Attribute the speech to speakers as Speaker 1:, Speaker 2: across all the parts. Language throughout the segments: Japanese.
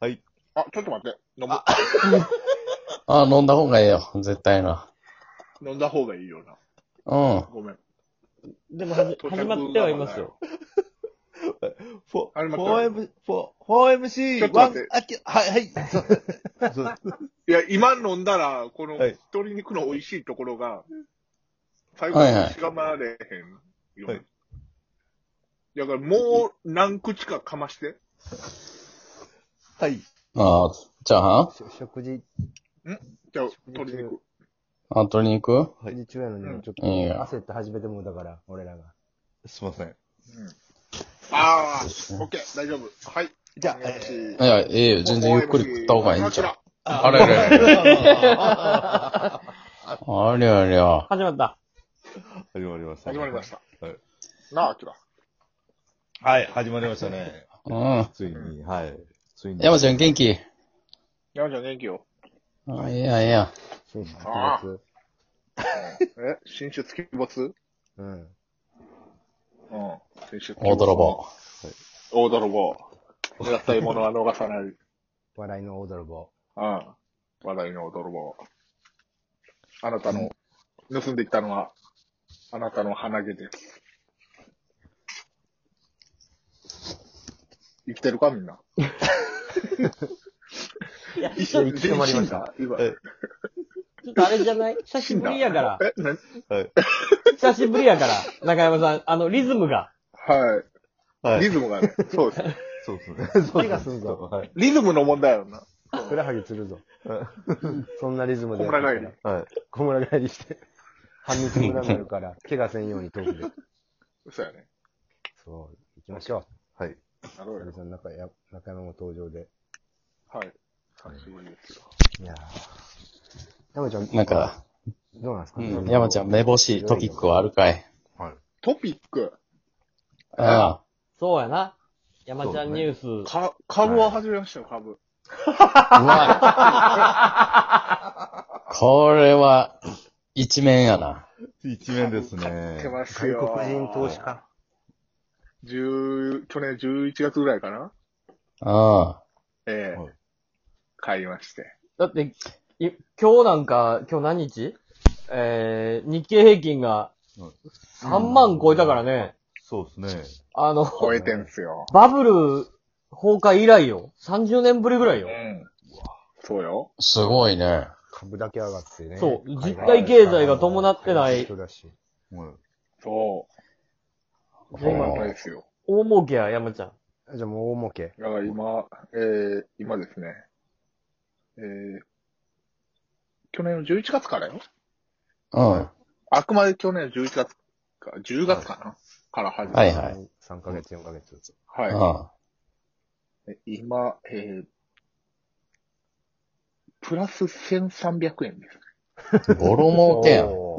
Speaker 1: はい。
Speaker 2: あ、ちょっと待って。飲む
Speaker 1: あ
Speaker 3: ああ、飲んだ方がええよ。絶対な。
Speaker 2: 飲んだ方がいいよな。
Speaker 3: うん。
Speaker 2: ごめん。
Speaker 4: でもはじ
Speaker 2: 到着
Speaker 4: 始まってはいますよ。
Speaker 1: フォ
Speaker 2: あれ待って
Speaker 1: 4M、4 4MC、
Speaker 2: ちょっと待って
Speaker 1: ワンアキはい、はい。 そうそう
Speaker 2: いや、今飲んだら、この
Speaker 1: はい
Speaker 2: 鶏肉の美味しいところが、最後
Speaker 3: はいはい
Speaker 2: にしがまれへんよ
Speaker 1: は
Speaker 2: ね
Speaker 1: い
Speaker 2: だからもう何口かかまして。
Speaker 1: はい。
Speaker 3: ああ、チャーハン
Speaker 5: し食事、
Speaker 2: じゃあ、鶏肉。
Speaker 3: あ、鶏肉
Speaker 1: はい
Speaker 5: 食事中やのに、
Speaker 2: うん
Speaker 5: ちょっと
Speaker 3: いいや。
Speaker 5: 焦って始めてもうだから、俺らが。
Speaker 1: すいません。
Speaker 2: ああ、オッケー、大丈夫。はい。
Speaker 1: じゃあ、
Speaker 2: よろしい
Speaker 3: いや、ええよ。全然ゆっくり食った方がいいんちゃうあれあれあれ。
Speaker 1: あ
Speaker 3: ありゃりゃ。
Speaker 4: 始まった。
Speaker 1: 始まりました。
Speaker 2: 始まりました。
Speaker 1: はい
Speaker 2: なあ、あきら。
Speaker 1: た。はい、始まりまし たね。
Speaker 3: うん。
Speaker 1: ついに、はい。ついに。
Speaker 3: 山ちゃん元気
Speaker 2: 山ちゃん元気よ。
Speaker 3: ああ、いやいや。
Speaker 5: 新種
Speaker 2: あ
Speaker 5: 鬼
Speaker 2: え新種鬼没
Speaker 5: 没。うん。
Speaker 2: うん。新種
Speaker 3: 大泥。棒。
Speaker 2: 大泥棒。狙った獲物は逃さない。うん。
Speaker 5: 笑いの大泥棒。
Speaker 2: 話題の泥棒。あなたの、盗んできたのは、あなたの鼻毛です。生きてるかみんな。
Speaker 4: いや、ち
Speaker 5: や
Speaker 4: ょ
Speaker 5: 生きてまいりま
Speaker 2: 死ん
Speaker 5: した
Speaker 2: だ。今
Speaker 1: え
Speaker 4: ちょっとあれじゃない久しぶりやから。
Speaker 2: え、な
Speaker 1: はい。
Speaker 4: 久しぶりやから。中山さん、あの、リズムが。
Speaker 2: はい。
Speaker 1: は
Speaker 2: リ
Speaker 1: い。
Speaker 2: ズムがね、そう です。
Speaker 1: そうですね。そう
Speaker 5: 怪我すんぞ。
Speaker 1: はい。
Speaker 2: リズムの問題やろな。
Speaker 5: ふらはぎするぞ。そんなリズムで。
Speaker 2: 小村帰り。
Speaker 1: はい。
Speaker 5: 小村帰りして。半日村になるから、怪我せんように遠くで。
Speaker 2: そうやね。
Speaker 5: そう、行きましょ
Speaker 1: はい。
Speaker 2: なるほ
Speaker 5: う。皆さん中や中山も登場で。
Speaker 2: はい。久しぶりですよ。
Speaker 5: いやー山ちゃん、
Speaker 3: なんか、
Speaker 5: どうなんですか、
Speaker 3: うん、山ちゃん、めぼしいトピックはあるかい
Speaker 1: はい。
Speaker 2: トピック、
Speaker 3: あ
Speaker 4: そうやな。山ちゃんニュース。
Speaker 2: か、株を始めましたよ、株。
Speaker 3: あ。うまい。これは、一面やな。
Speaker 1: 一面ですね
Speaker 2: 買って。ます
Speaker 5: 外
Speaker 2: よ。
Speaker 5: 国人投資家。
Speaker 2: 10去年11月ぐらいかな
Speaker 3: うん。
Speaker 2: ええ
Speaker 1: はい
Speaker 2: 買いまして。
Speaker 4: だって、い今日なんか、今日何日えー、日経平均が
Speaker 1: うん
Speaker 4: 3万超えたからね。
Speaker 1: そうですね。
Speaker 4: あの、
Speaker 2: 超えてんすよ。
Speaker 4: バブル崩壊以来よ。30年ぶりぐらいよ
Speaker 2: う。ん。そうよ。
Speaker 3: すごいね。
Speaker 5: 株だけ上がってね。
Speaker 4: そう
Speaker 5: 海外
Speaker 4: 実体経済が伴ってない
Speaker 5: 人だし
Speaker 1: はい。
Speaker 2: そ
Speaker 4: で
Speaker 2: う。今
Speaker 4: 今
Speaker 2: の
Speaker 3: ほう
Speaker 2: ですよ。
Speaker 4: 大儲けや、山ちゃん。
Speaker 5: じゃあもう大儲け。
Speaker 2: だから今、ええ今ですね。ええ去年の11月からよ。
Speaker 3: うん。
Speaker 2: あくまで去年の11月か、10月かな、から始め
Speaker 3: はいはい。
Speaker 5: 3ヶ月、4ヶ月。
Speaker 2: はい。
Speaker 3: う
Speaker 2: え今、えー、プラス1300円です。
Speaker 3: ん。ボロ儲けやん。
Speaker 5: おー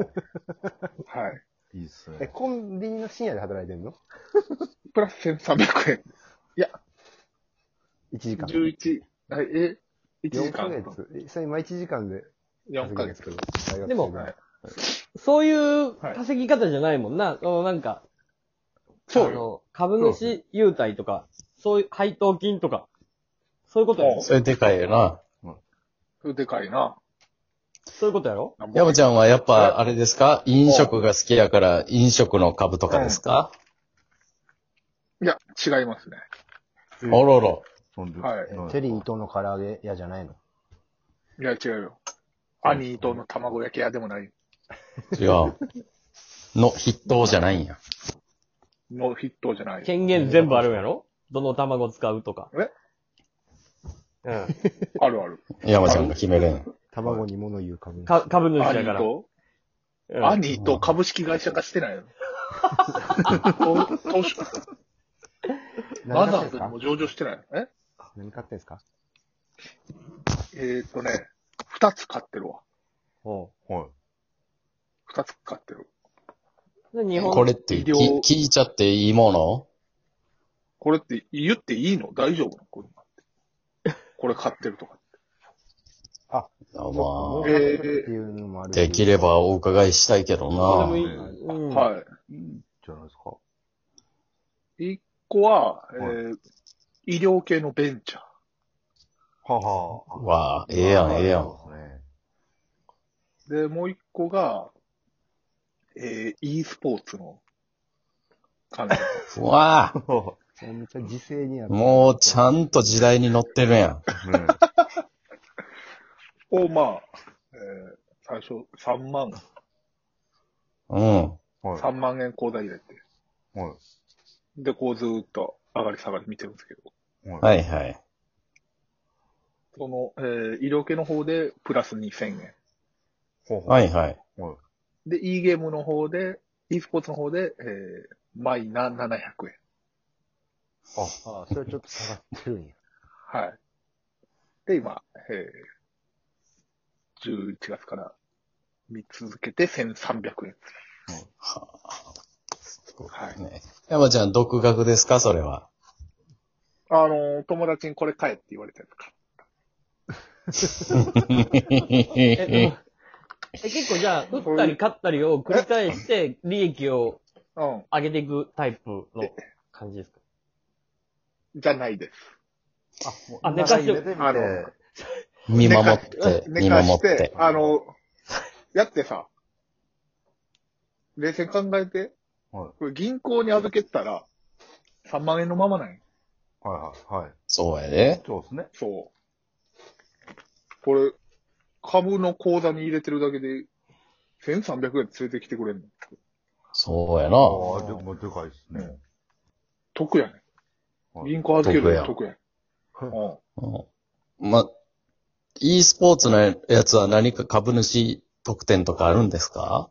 Speaker 2: はい。
Speaker 1: いいっす
Speaker 5: え、
Speaker 1: ね。
Speaker 5: コンビニの深夜で働いてんの
Speaker 2: プラス1300円。
Speaker 5: ?1 時間。
Speaker 2: 11、はいえ、1時
Speaker 5: 4
Speaker 2: 間
Speaker 5: ヶ。月。え、それ今1時間で。
Speaker 2: 4ヶ月。。
Speaker 5: 大学生
Speaker 4: でも
Speaker 5: ぐらい
Speaker 4: そういう
Speaker 2: はい
Speaker 4: 稼ぎ方じゃないもんな。そのなんか、
Speaker 2: そう
Speaker 4: あ
Speaker 2: よ。
Speaker 4: の、株主優待とか、そういう配当金とか、そういうことやろ
Speaker 3: それでかいよな。
Speaker 2: それでかいな。
Speaker 4: そういうことやろ
Speaker 3: 山ち
Speaker 2: ゃん
Speaker 3: ゃんはやっぱ、あれですか飲食が好きやから、飲食の株とかですか
Speaker 2: いや、違いますね。
Speaker 3: あらら。
Speaker 1: そんで
Speaker 2: はい
Speaker 5: えテリー伊藤の唐揚げ屋じゃないの
Speaker 2: いや、違うよ。アニーとの卵焼き屋でもない。
Speaker 3: 違う。の筆頭じゃないんや。
Speaker 2: の筆頭じゃない。
Speaker 4: 権限全部あるんやろどの卵使うとか。うん。
Speaker 2: あるある。
Speaker 3: 山ちゃんが決めれん。
Speaker 5: 卵に物言う株主。
Speaker 4: か株主
Speaker 2: アニ
Speaker 4: だか
Speaker 2: ー
Speaker 4: ら。
Speaker 2: と、
Speaker 4: うん
Speaker 2: アニーと株式会社化して ないの。と投資マ
Speaker 5: 何
Speaker 2: ザ
Speaker 5: 買っ
Speaker 2: ーズ
Speaker 5: てんす
Speaker 2: に
Speaker 5: か
Speaker 2: も上場してないの。え
Speaker 5: 何買ってんすか
Speaker 2: えー、っとね、二つ買ってるわ。
Speaker 5: ほ
Speaker 1: はい。
Speaker 2: 二つ買ってる。
Speaker 4: 日
Speaker 3: こ
Speaker 4: 本、
Speaker 3: れって
Speaker 2: 医
Speaker 3: き
Speaker 2: 療
Speaker 3: 聞いちゃっていいもの
Speaker 2: これって言っていいの大丈夫なのこれこれ買ってるとか。
Speaker 3: あ
Speaker 5: う。
Speaker 2: え
Speaker 3: まあ、
Speaker 5: 儲かってるっていうのもあるし。
Speaker 3: できればお伺いしたいけど
Speaker 4: どうでも
Speaker 3: な。
Speaker 4: いい
Speaker 1: あ
Speaker 4: うん
Speaker 2: はい
Speaker 1: いじゃないですか。
Speaker 2: い。一個は、え
Speaker 1: は
Speaker 2: ー、医療系のベンチャー。
Speaker 1: はは。
Speaker 3: わあ、ええやん、ええやん。
Speaker 1: そうですね。
Speaker 2: で、もう一個が、えー、e スポーツの感じ。
Speaker 3: うわあ、
Speaker 5: めちゃめちゃ時勢にある。
Speaker 3: もうちゃんと時代に乗ってるやん。
Speaker 1: ね
Speaker 2: を、まあ、えー、最初3万、
Speaker 3: うん。
Speaker 1: はい。
Speaker 2: 3万円口座入れて、
Speaker 1: は
Speaker 2: で、こうずーっと上がり下がり見てるんですけど、
Speaker 1: い。はい。
Speaker 3: はいはい。
Speaker 2: その、えー、医療系の方でプラス2000円。
Speaker 1: ほうほう
Speaker 3: はいはい。
Speaker 2: で、e ゲームの方で、e スポーツの方で、えー、マイナ700円。
Speaker 5: ああ、それはちょっと下がってるんや。
Speaker 2: はい。で、今、えー、11月から見続けて1300円。はい。
Speaker 3: ね山ちゃん、独学ですかそれは。
Speaker 2: あのー友達にこれ買えって言われたやつか。
Speaker 4: え、でもえ結構じゃあ、打ったり勝ったりを繰り返して、利益を
Speaker 2: うん。
Speaker 4: 上げていくタイプの感じですか
Speaker 2: じゃないです。
Speaker 4: あ寝かして
Speaker 1: てみて
Speaker 2: あの
Speaker 3: 見守って、
Speaker 2: 寝
Speaker 3: 見
Speaker 2: か
Speaker 3: 守
Speaker 2: し
Speaker 3: ってて、。
Speaker 2: あの、やってさ、冷静に考えて、
Speaker 1: はい
Speaker 2: これ銀行に預けてたら、3万円のままない
Speaker 1: はいはい。はい。
Speaker 3: そうやで。
Speaker 1: そうですね。
Speaker 2: そう。これ、株の口座に入れてるだけで、1300円連れてきてくれんの
Speaker 3: そうや
Speaker 1: あ
Speaker 3: な。
Speaker 1: あ、でもでかいっすね。
Speaker 2: 得やね
Speaker 1: は。い
Speaker 2: 銀行預けるの得
Speaker 3: 得
Speaker 2: や。うん。
Speaker 3: うんま、e スポーツのやつは何か株主特典とかあるんですか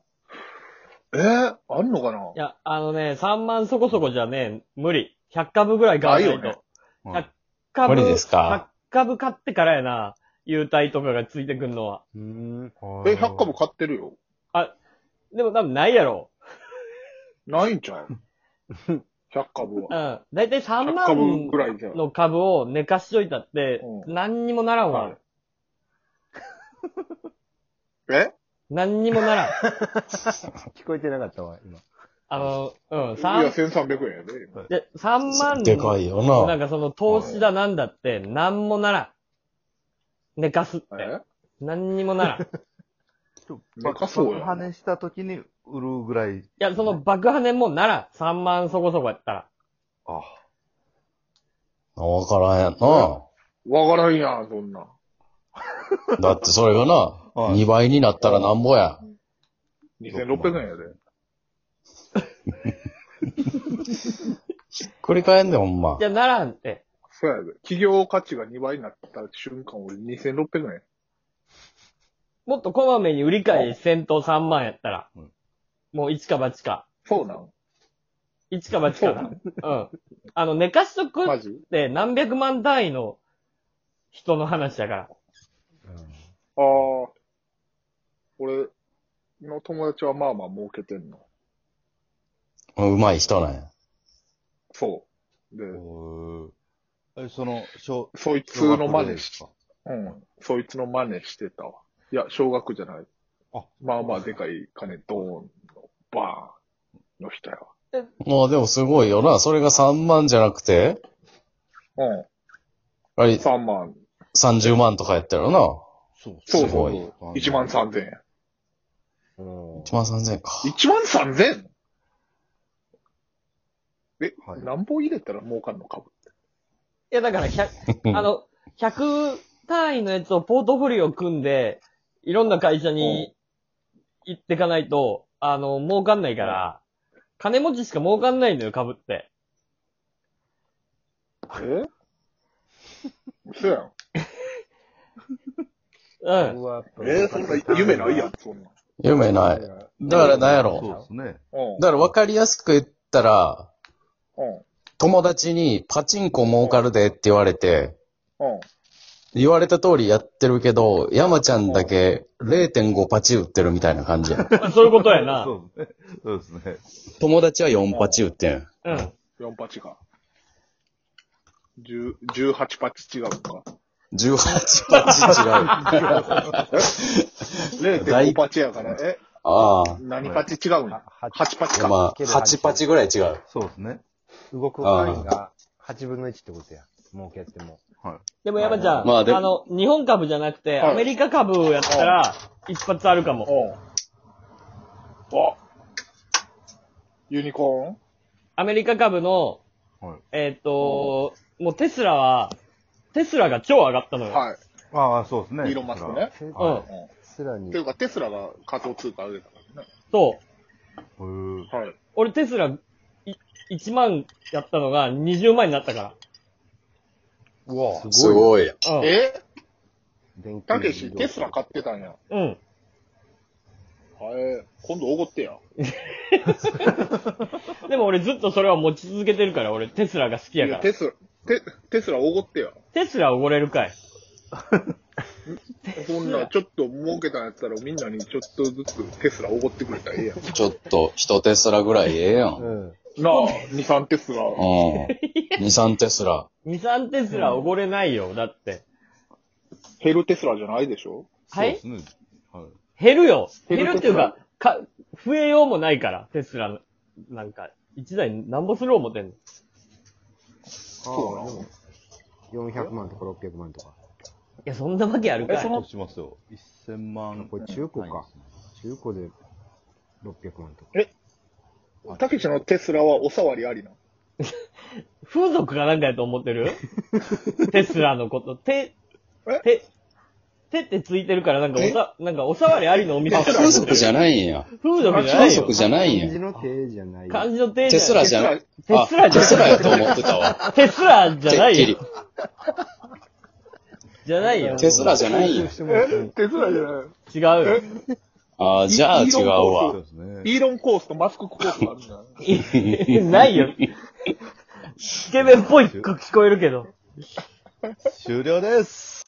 Speaker 2: えー、あんのかない
Speaker 4: や、あのね、3万そこそこじゃね、無理。100株ぐらい買わない
Speaker 2: ないよ
Speaker 4: と。
Speaker 1: はい
Speaker 4: 株
Speaker 3: 無理ですか
Speaker 4: ?100 株買ってからやな、優待とかがついてくんのは。
Speaker 5: うーん。
Speaker 2: え、100株買ってるよ。
Speaker 4: でも多分ないやろ。
Speaker 2: ないんちゃう ?100 株
Speaker 4: う
Speaker 2: は。
Speaker 4: ん。だいたい3
Speaker 2: 100株ぐ
Speaker 4: 万
Speaker 2: らいじゃん。
Speaker 4: の株を寝かしといたって、
Speaker 2: う
Speaker 4: 何にもならん
Speaker 2: は
Speaker 4: わ
Speaker 2: い。え
Speaker 4: 何にもなら ん。
Speaker 5: 聞こえてなかったわ、今。
Speaker 4: あの、うん、
Speaker 2: いや、
Speaker 4: 3、
Speaker 2: 1300円やで。
Speaker 4: で三万
Speaker 3: でかいよ
Speaker 4: な。
Speaker 3: なん
Speaker 4: かその投資だなんだって、何もならん。寝かすって。
Speaker 2: え
Speaker 4: 何にもならん。い
Speaker 2: なんかそうや
Speaker 1: 跳ねした時に売るぐらい。
Speaker 4: や、その爆破ねもならん。3万そこそこやったら。
Speaker 1: あ
Speaker 3: わからへんな。
Speaker 2: わからんやん、そんな。
Speaker 3: だってそれ がな、
Speaker 1: はい
Speaker 3: 2倍になったらなんぼや。
Speaker 2: 2600円やで。
Speaker 3: 繰り返んで、ほんま
Speaker 4: い。や、ならんって。
Speaker 2: そうやで。企業価値が2倍になった瞬間、俺2600円。
Speaker 4: もっとこまめに売り買い先頭3万やったら
Speaker 1: うん。
Speaker 4: もう一か八か。
Speaker 2: そうなん
Speaker 4: 一か八かな。うん。あの、寝かしとく
Speaker 2: マ
Speaker 4: っ
Speaker 2: ジ
Speaker 4: て何百万単位の人の話やから。
Speaker 2: ああ。俺の友達はまあまあ儲けてんの。
Speaker 3: うまい人なんや。
Speaker 2: そう。で
Speaker 1: あ。、おーえ、その、小、
Speaker 2: そいつの真
Speaker 1: マネ
Speaker 2: 似し、うん。そいつの真似してたわ。いや、小学じゃない。
Speaker 1: あ
Speaker 2: まあまあでかい金、ドーンの、バーンの人や
Speaker 3: まあでもすごいよな。それが3万じゃなくて、
Speaker 2: わ。うん。
Speaker 3: あれ、
Speaker 2: 3万。
Speaker 3: 30万とかやったよな。
Speaker 1: そう
Speaker 2: そう
Speaker 3: す
Speaker 2: そ
Speaker 3: ご
Speaker 2: う
Speaker 3: い
Speaker 2: そう。1万3000円。
Speaker 5: うん。
Speaker 3: 1万3000円か。
Speaker 2: 1万 3000? え、
Speaker 1: はい
Speaker 2: 何本入れたら儲かんの株
Speaker 4: いや、だから100、あ の、100単位のやつをポートフォリオ組んで、いろんな会社に行ってかないと、あの、儲かんないから、金持ちしか儲かんないのよ、株って。
Speaker 2: え嘘やん。
Speaker 4: うん。
Speaker 2: えそんな夢ないやん、そんな。
Speaker 3: 夢ない。だからなんや
Speaker 1: そう
Speaker 3: ろ。
Speaker 1: ですね。
Speaker 2: うん。
Speaker 3: だから分かりやすく言ったら、
Speaker 2: うん。儲
Speaker 3: 友達にパチンコ儲かるでって言われて、
Speaker 2: うん。
Speaker 3: 言われた通りやってるけど、山ちゃんだけ0.5パチ打ってるみたいな感 じやん。
Speaker 4: まあそういうことや な。
Speaker 1: そうですね。そうですね。
Speaker 3: 友達は4パチ打ってん。
Speaker 4: うん。
Speaker 2: 4パチか。10 18パチ違うのか。
Speaker 3: 18パチ違う。
Speaker 2: 0.5パチやから、え
Speaker 3: ああ。
Speaker 2: 何パチ違うんや。8パチか。
Speaker 3: まあ、8パチぐらい違う。
Speaker 1: そうですね。
Speaker 5: 動く範囲が8分の1ってことや。儲けても。
Speaker 1: は
Speaker 4: でもやっぱじゃあ、
Speaker 3: まあで
Speaker 4: あの、日本株じゃなくて、
Speaker 2: はい
Speaker 4: アメリカ株やったら、一発あるかも。
Speaker 2: おおユニコーン
Speaker 4: アメリカ株の、
Speaker 1: い。はい。
Speaker 4: えっ、と、もうテスラは、テスラが超上がったのよ。
Speaker 2: はい。
Speaker 1: ああ、そうですね。
Speaker 2: イーロンマスクね。
Speaker 5: テ
Speaker 4: うん。
Speaker 2: う
Speaker 5: スラ
Speaker 2: ん。
Speaker 5: に
Speaker 2: ていうか、テスラが仮想通貨上げたからね。
Speaker 4: そう。
Speaker 1: へー
Speaker 2: はい。
Speaker 4: 俺テスラ、い1万やったのが20万になったか
Speaker 5: うわ
Speaker 3: すごいやん。
Speaker 4: ら。うん。
Speaker 2: え
Speaker 5: 電気
Speaker 2: たけし、テスラ買ってたんや。
Speaker 4: うん。
Speaker 2: はい。今度おごってや。
Speaker 4: でも俺ずっとそれは持ち続けてるから、俺テスラが好き
Speaker 2: い
Speaker 4: やから。
Speaker 2: テスラ、テ、テスラおごってや。
Speaker 4: テスラおごれるかい。
Speaker 2: そんな、ちょっと儲けたんやったらみんなにちょっとずつテスラおごってくれたらええやん。
Speaker 3: ちょっと、一テスラぐらいええやん。
Speaker 5: う
Speaker 3: うん。
Speaker 5: ん。
Speaker 2: なあ、2、3テスラ。
Speaker 3: 二三テスラ。
Speaker 4: 2、3テスラおごれないよ。だって。
Speaker 2: 減るテスラじゃないでしょ
Speaker 1: そ
Speaker 4: は
Speaker 1: う
Speaker 4: い
Speaker 1: ですね。はい。
Speaker 4: 減るよ。減
Speaker 2: 減
Speaker 4: る
Speaker 2: る
Speaker 4: っ
Speaker 2: ってて
Speaker 4: い
Speaker 2: いうう
Speaker 4: か
Speaker 2: か、
Speaker 4: か、増えようもないから、テスラ、なんか、一台なんぼする思てんの。
Speaker 2: そうなの
Speaker 5: 400万とか600万とか。
Speaker 4: いや、そんなわけあるかい。
Speaker 2: えそ
Speaker 1: そ
Speaker 2: の
Speaker 1: うしますよ。1000万。
Speaker 5: これ中古か
Speaker 1: はい
Speaker 5: 中古で600万とか。
Speaker 2: たけしのテスラはおさわりありな。
Speaker 4: 風俗かなんかやと思ってるテスラのこと。て、
Speaker 2: え
Speaker 4: て、てってついてるから、なんかおさ、なんかおさわりありのお店
Speaker 3: あ、
Speaker 4: かと
Speaker 3: 風
Speaker 4: 思ってる
Speaker 3: 俗じゃないんや。
Speaker 4: 風俗じゃな
Speaker 3: 風
Speaker 4: いよ
Speaker 3: 俗。じゃないん
Speaker 5: 漢字
Speaker 3: や。
Speaker 5: の手じゃない。
Speaker 4: 漢字の手じ
Speaker 3: テス
Speaker 4: ゃない
Speaker 3: ラじゃな
Speaker 2: テ
Speaker 3: い。
Speaker 4: スラ
Speaker 3: あ
Speaker 4: テスラじゃない
Speaker 3: テスラやと思ってたわ。
Speaker 4: テスラじゃ
Speaker 3: て
Speaker 4: な
Speaker 3: っき
Speaker 4: いよ
Speaker 3: り。。
Speaker 4: じゃないよ。
Speaker 3: テスラじゃないんや。
Speaker 5: してもらって
Speaker 2: テスラじゃない。
Speaker 4: 違うよ。
Speaker 3: あーじゃあ違う
Speaker 1: そ
Speaker 3: わ
Speaker 1: う。ですね。
Speaker 2: イーロンコースとマスクコースがあるんじゃない
Speaker 4: ないよ。イケメンっぽいく聞こえるけど。
Speaker 1: 終了です。